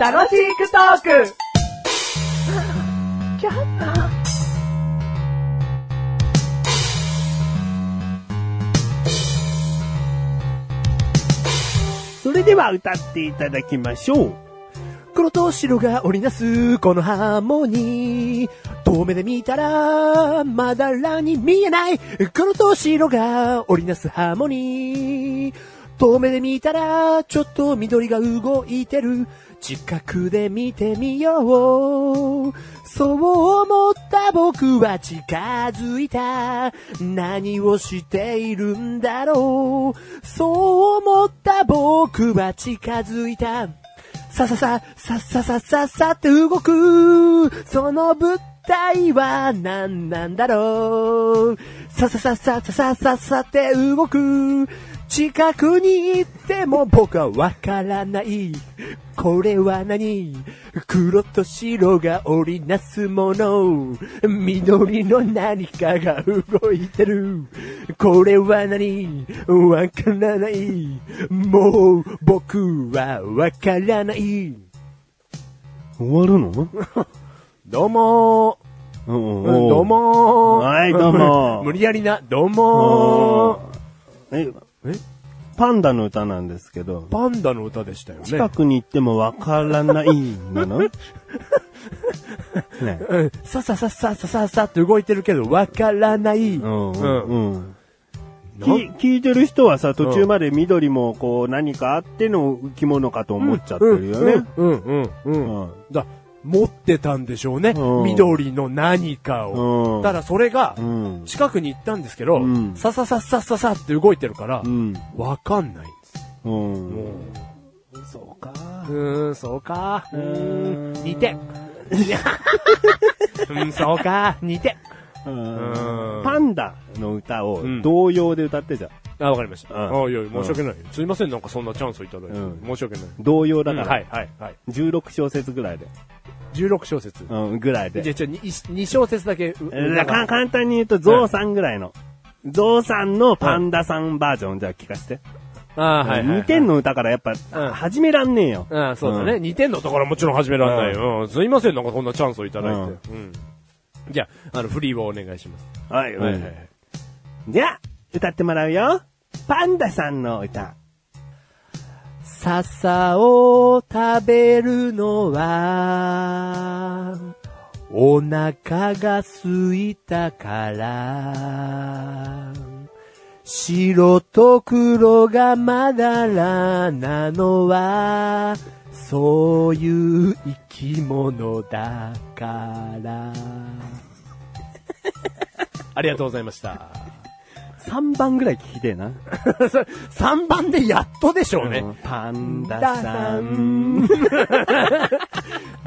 楽しくトークそれでは歌っていただきましょう。黒と白が織りなすこのハーモニー。遠目で見たら、まだらに見えない。黒と白が織りなすハーモニー。遠目で見たら、ちょっと緑が動いてる。近くで見てみよう。そう思った僕は近づいた。何をしているんだろう。そう思った僕は近づいた。さささ、さささささって動く。その物体は何なんだろう。ささささささささって動く。近くに行っても僕はわからない。これは何黒と白が織りなすもの。緑の何かが動いてる。これは何わからない。もう僕はわからない。終わる のどうもうんー。どう。もー。はいどうも ー無理やりな、どうもえ、ー。えパンダの歌なんですけど、パンダの歌でしたよね。近くに行ってもわからない なのねうん、さささささささって動いてるけど、わからない。うんううんんうんき聞いてる人はさ、途中まで緑もこう何かあっての浮き物かと思っちゃってるよね。。うん、うん、うん。うんうんだ持ってたんでしょうね。うん緑の何かを。うんただそれがう、ん。近くに行ったんですけど、うんささささささって動いてるからう、ん。わかんないんです。うん。そうか。うーん、そうか。うー、うんん似て。うん、そうか、似て。う。うんーん。パンダの歌をうん童謡で歌ってじゃん。あ、わかりました。うんあいやいや、申し訳ない。すいません、なんかそんなチャンスをいただいてうん。申し訳ない。童謡だかうんはらい、はい、はい。 16小節ぐらいで。 16小節。うん、ぐらいで。じゃあ、じゃあ、2小節だけ。うえーだからん簡単に言うと、ゾウさんぐらいの。ゾウさんのパンダさんバージョンじゃあ聞かせて。あーはいはいはい。 2点の歌からやっぱ、うん始めらんねえよ。うん、そうだね。2点のところはもちろん始められないよ。うんすいません、なんかこんなチャンスをいただいて。うん。じゃあ、あの、フリーをお願いします。はい、ははいい、ははい。はいじゃあ、歌ってもらうよ。パンダさんの歌。笹を食べるのは、お腹が空いたから、白と黒がまだらなのは、そういう生き物だから。 ありがとうございました。 3番ぐらい聞きてえな。 3番でやっとでしょうね。うんパンダダささんん。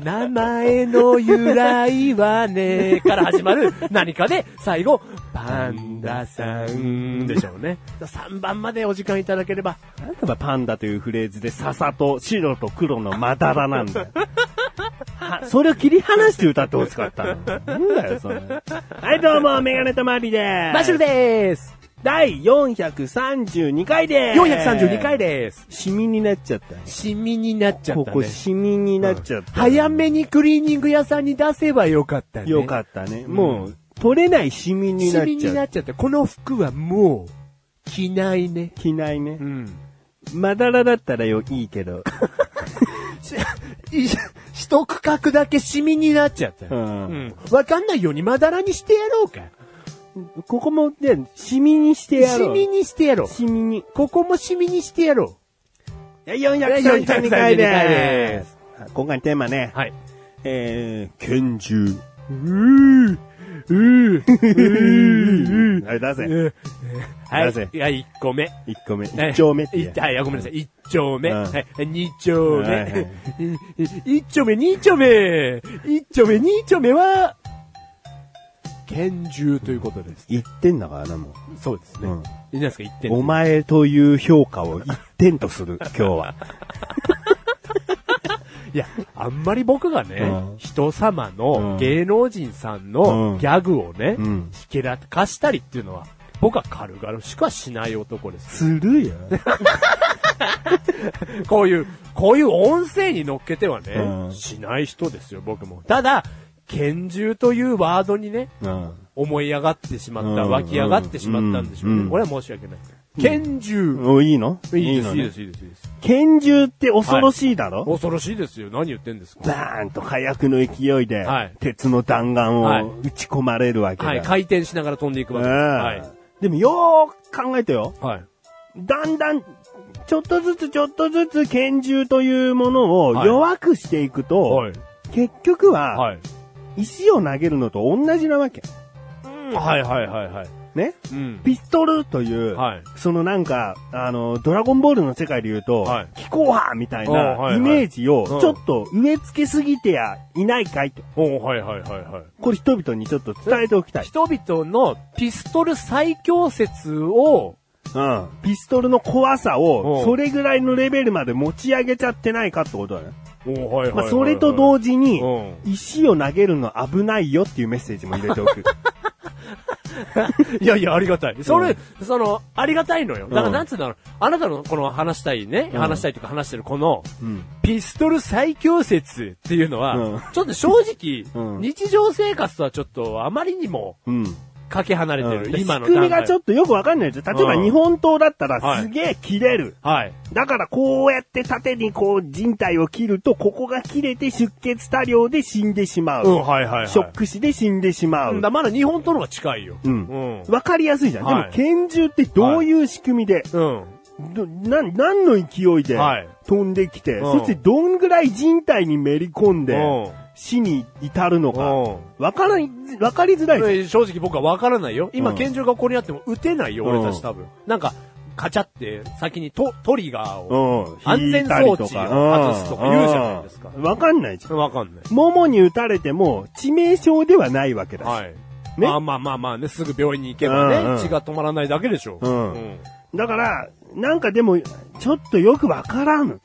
名前の由来はね、から始ま る何かで、最後、パンダさんでしょう ね。3番までお時間いただければ。なんでお前パンダというフレーズで、笹と白と黒のまだらなんだ よ。はそれを切り離して歌ってほしかったの。なんだよ、それ。はい、どうも、メガネとマリです。マッシュルです第432回でーす。 !432 回です。シミになっちゃった。シミになっちゃったね。ここシミになっちゃった。早めにクリーニング屋さんに出せばよかったね。よかったね。もう、取れないシミになっシミちにゃなっっちゃった。この服はもう、着ないね。た。着ないねう。ん。まだらだったらよ、いいけど。し一区画だけシミになっちゃったよ。うんうん。わかんないようにまだらにしてやろうか。ここも、で、シミにしてやシろう。ミにしてやろう。シミに。ここもシミにしてやろ第432回432回でですす。今回のテーマねう。。はい。えー、拳銃。うー、うー、うー、う あれ出せ。ー。はなぜい。はい、1個目。 1個目。1丁目っはいて。いはい、ごめんなさい。1丁目。うんはい。2丁はいは目 い。1丁目、2丁目。1丁目、2丁目は、拳銃ということです。言ってんだからな、もう。そうですね。ういんいんじゃないですか、1点。お前という評価を一点と する、今日は。いや、あんまり僕がね、うん人様うのん芸能人さんのうんギャグをね、うんひけらかしたりっていうのは、僕は軽々しくはしない男です。するよ。こういう、こういう音声に乗っけてはね、うんしない人ですよ、僕も。ただ、拳銃というワードにね、うん。思い上がってしまった、うん湧き上がってしまったんでしょうね。うんこれは申し訳ない。拳銃。お、いいのいいです、いいねです、いいです、いいです。拳銃って恐ろしいだろ、恐ろしいですよ。何言ってんですか。バーンと火薬の勢いで、はい鉄の弾丸はいを打ち込まれるわけだ。はい、回転しながら飛んでいくうわんけです。はい。でもよーく考えてよ。はい。だんだん、ちょっとずつちょっとずつ拳銃というものをはい弱くしていくと、はい。結局は、はい。石を投げるのと同じなわけ。はい、はい、はい、はい。ね。うん。ピストルという、はいそのなんか、あの、ドラゴンボールの世界で言うと、はい気候派みたいああはないはいイメージをうんちょっと植え付けすぎてやいないかいと。おはい、はい、はい、はい。これ人々にちょっと伝えておきたい。人々のピストル最強説を、うん。ピストルの怖さうを、んそれぐらいのレベルまで持ち上げちゃってないかってことだね。おはい、はい。まあ、それと同時時に、うん石を投げるの危ないよっていうメッセージも入れてお く。いやいや、ありがたい。それ、その、ありがたいのよ。だかうら、んなんつうんだろう。あなたのこの話したいね、ん話したいというか話してるこの、うん。ピストル最強説っていうのは、うんちょっと正直、うん日常生活とはちょっとあまりにもうん。かけ離れてる、うん今の仕組み段階がちょっとよくわかんないじゃん。例えばうん日本刀だったらはいすげえ切れる。はい。だからこうやって縦にこう人体を切ると、ここが切れて出血多量で死んでしまう。うん、はいはいはい。ショック死で死んでしまう。うんだ。まだ日本との方が近いよ。うんうん。わかりやすいじゃん。はいでも拳銃ってどういう仕組みで、うん。どな何の勢いではい飛んできて、うんそしてどんぐらい人体にめり込んでうん死に至るのか、うん。わからい、わかりづらいじゃんえー正直僕は分からないよ。う今、ん拳銃がここにあっても撃てないよ、うん俺たち多分。なんか、カチャって先にトトリガーをうん安全装置を外すとか言うじゃないですかうんわかんないじゃん。分かんない。ももに打たれても致命傷ではないわけだし。はい。ねまあまあまあまあね、すぐ病院に行けばうんうんね、血が止まらないだけでしょ。うんだから、なんかでも、ちょっとよくわからん。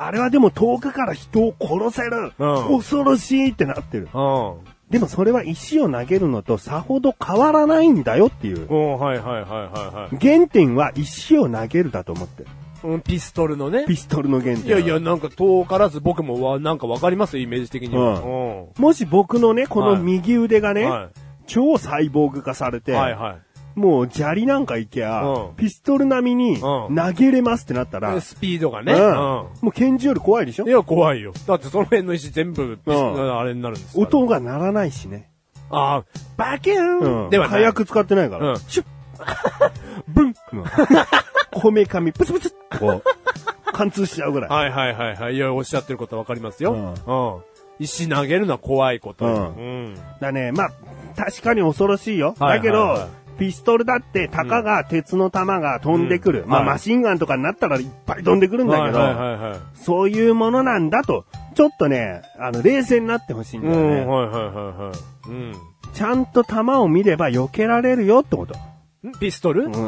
あれはでも遠くから人を殺せる。うん恐ろしいってなってる。うん。でもそれは石を投げるのとさほど変わらないんだよっていうう。ん、はいはいはいはいは原点は石を投げるだと思ってる。い。うん、ピストルのね。ピストルの原点いはやいや、なんか遠からず僕もわ、なんか分かりますよ、イメージ的には。うん。もし僕のね、この右腕がね、は超サイボーグ化されいて、はいはい。もう砂利なんかいけゃ、うんピストル並みに投うんげれますってなったら、でスピードがね。うんうん。もう拳銃より怖いでしょいや、怖いよ。だってその辺の石全部、ピスうんあれになるんですから音が鳴らないしね。ああ、バキューン、うんではない火薬使ってないから。うんシュッ ブンこめかみ、プツプツってこう、貫通しちゃうぐらい。はいはいはいはい。いや、おっしゃってることはわかりますよ。ううん。石投げるのは怖いこと。ううんん。だね、まあ、確かに恐ろしいよ。はいだけど、はいはいピストルだって、たかが鉄の弾が飛んでくる。うんまあ、はいマシンガンとかになったらいっぱい飛んでくるんだはいけど、はいはいはい。そういうものなんだと、ちょっとね、あの、冷静になってほしいんうだよねん、。はいはいはいはい。うん。ちゃんと弾を見れば避けられるよってこと。んピストル、ん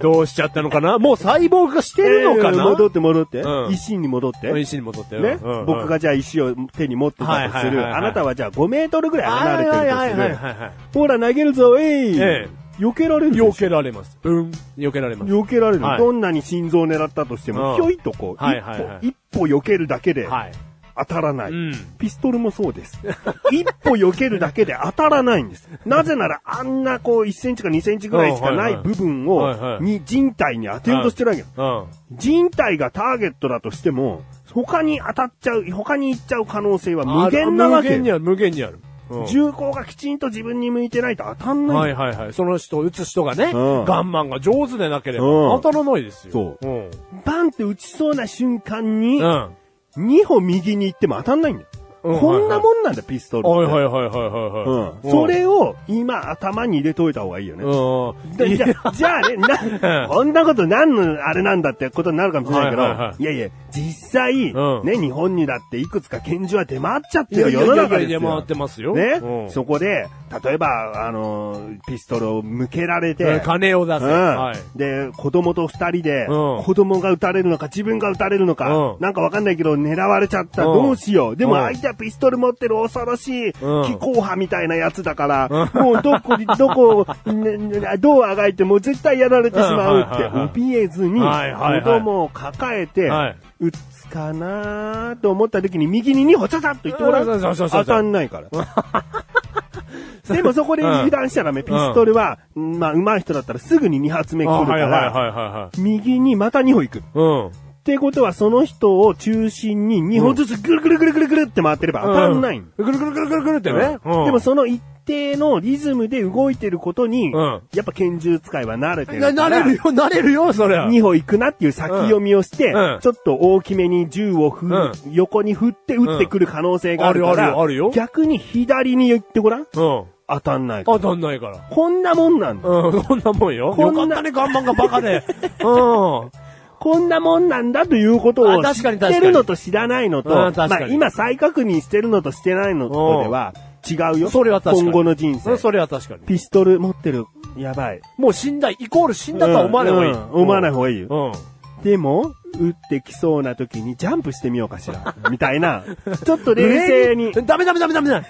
どうしちゃったのかなもう細胞化してるのかえーな、戻って戻って。うん石に戻って。石に戻ってよね、うんうん僕がじゃあ石を手に持ってたとする。はいはいはいはいあなたはじゃあ5メートルぐらい離はいれてるとすはいる。はいはいはいはい。ほら投げるぞ、えい、え避けられるでしょ避けられます。うん。避けられます。避けられる、はいどんなに心臓を狙ったとしても、うんひょいとこう、はいはいはい一歩、一歩避けるだけではい。当たらない。うんピストルもそうです。 一歩避けるだけで当たらないんです。なぜなら、あんなこう、1センチか2センチぐらいしかないうんはいはい部分はいはを、いに人体に当てようとしてるわけよ。うん。人体がターゲットだとしても、他に当たっちゃう、他に行っちゃう可能性は無限なわけあ無限によ。ある、無限にある。うん銃口がきちんと自分に向いてないと当たんないんだよはいはいはい。その人、打つ人がね、うんガンマンが上手でなければうん当たらないですよ。。そううん。バンって打ちそうな瞬間に、うん。 2歩右に行っても当たんないんだよ。うんこんなもんなんだよ、ピストルって。はいはいはいはいはいはうい。ん、それを今頭に入れといた方がいいよね。うん、でじゃあじゃあね、 な、こんなこと何のあれなんだってことになるかもしれないけど、はいいはいはいやいや、実際、うんね、日本にだっていくつか拳銃は出回っちゃっていやるいやい世やのいや中ですよ。出回ってますよね、うんそこで、例えば、あのー、ピストルを向けられうんて、金を出せ。うんはい。で、子供と二人で、うん子供が撃たれるのか自分が撃たれるのか、うんなんかわかんないけど狙われちゃった、うんどうしよう。でもうん相手ゃピストル持ってる恐ろしうい、ん気候派みたいなやつだから、もうど こに、どこを、ねねどうあがいても絶対やられてしまうってうんはいはいはい怯えずに、はいはいはい子供を抱えて、はい打つかなと思った時に右に2歩ちゃちゃっと言ってもらう。そうそうそうそう当たんな いから。 でもそこで油断しちゃダメ。ピストルは、まあ上手い人だったらすぐに2発目来るから、いは右にまた2歩行く。っいはい。うん。てことはその人を中心に2歩ずつぐるぐるぐるぐるぐるって回ってれば当たんないんだぐるぐるぐるぐるぐるってねよ。ね。でもその一定のリズムで動いてることに、うんやっぱ拳銃使いは慣れてるな、から。なれるよ、なれるよ、それ。 2歩行くなっていう先読みをして、うんうんちょっと大きめに銃を振る、横に振って撃ってくる可能性があるから、うんあるよあるよ逆に左に言ってごらんうん。当たんないから。当たんないから。こんなもんなんだ。うん、 こんなもんよ。こんなよかったね、看板がバカ で。うん。こんなもんなんだということをあ確か知にってるのと知らないのと、うん確まかにあ今再確認してるのとしてないのとでは違うよ。それは確かに今後の人それ生。それは確かに。ピストル持ってる、やばい。もう死んだ、イコール死んだとは思わない方がいい。うんうん思わない方がいいよ。うん。でも、打ってきそうな時にジャンプしてみようかし ら。みたいな。ちょっと冷静に。ダメダメダメダメダメ。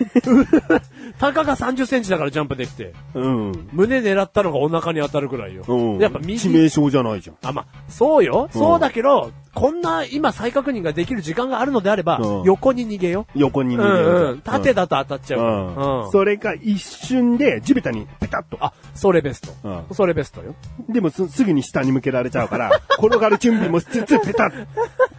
たかが30センチだからジャンプできて。うん。胸狙ったのがお腹に当たるくらいよ。うん。やっぱ致右。命傷じゃないじゃん。あ、まあ、そうよ。うんそうだけど、こんな今再確認ができる時間があるのであればうん、横に逃げよ。横にう逃げるじゃんんうん。縦だと当たっちゃううから。んうん。それか一瞬で地べたにペタッと。あ、それベスト。うそれベストよ。でもすすぐに下に向けられちゃうから、転がる準備もしつつペタッ。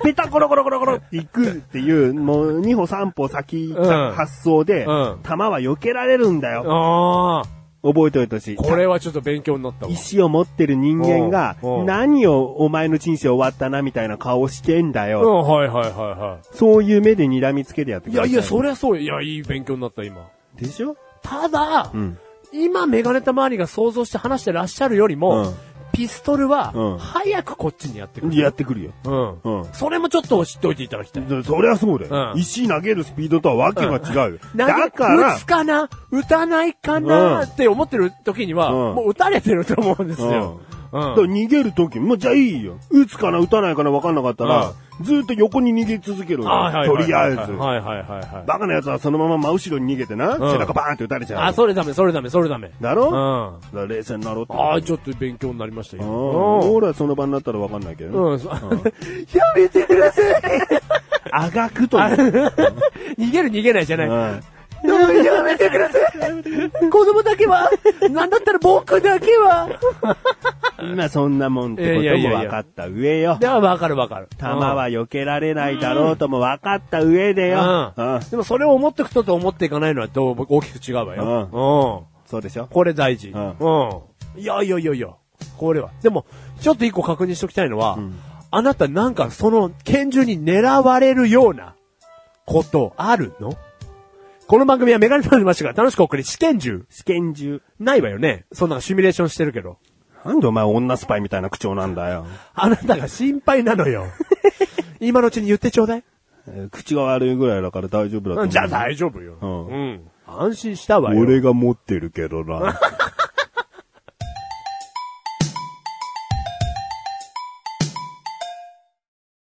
ペタコロコロコロコロっていくっていう、もう2歩3歩先行った発想で、うん球は避けられるんだよ。ああ。覚えておいてほしい。これはちょっと勉強になったわ。石を持ってる人間がうんう、ん何をお前の人生終わったなみたいな顔してんだうん、よ。はいはいはいはそういう目で睨みつけてやってい。くいだやさい。いや、そりゃそうよ。いや、いい勉強になった、今。でしょただ、ん今メガネた周りが想像して話してらっしゃるよりも、うんピストルうんは、早くこっちにやってくる。やってくるよ。うん。うん。それもちょっと知っておいていただきたい。そそりゃそうだよ、うん石投げるスピードとはわけが違うよ。なんだから打つ、かな打たないかな、うんって思ってる時には、うんもう打たれてると思うんですよ。うだから逃げる時も、じゃあいいよ。打つかな打たないかな分かんなかったら、ずっと横に逃げ続けろよ。あはいとはいりあはいえず。はいはいはいはい。バカな奴はそのまま真後ろに逃げてな、うん背中バーンって打たれちゃう。あ、それダメ、それダメ、それダメ。うだん。ろ、あだから冷静になろうって。あ、ちょっと勉強になりましたよ。うんうん俺はその場になったら分かんないけどね、うん、そうやめてくださいあがくという。逃げる逃げないじゃない。うんやめてください子供だけは、なんだったら僕だけ は。今そんなもんってこいやといやいやもい分やかった上よ。ではわかるわかる。弾は避けられないだろうとも分かった上でうよ。ん。うん。でもそれを思ってくとと思っていかないのはどう僕大きく違うわよ。うん。そうでしょこれ大事。ううん。いやいやいやいや。これは。でも、ちょっと一個確認しておきたいのは、あなたなんかその拳銃に狙われるようなことあるのこの番組はメガネとなりましたが、楽しくお送り、試験銃試験中。ないわよね。そんなシミュレーションしてるけど。なんでお前女スパイみたいな口調なんだよ。あなたが心配なの よ。今のうちに言ってちょうだい。えー口が悪いぐらいだから大丈夫だと思う。じゃあ大丈夫よ。うんうん。安心したわよ。俺が持ってるけどな。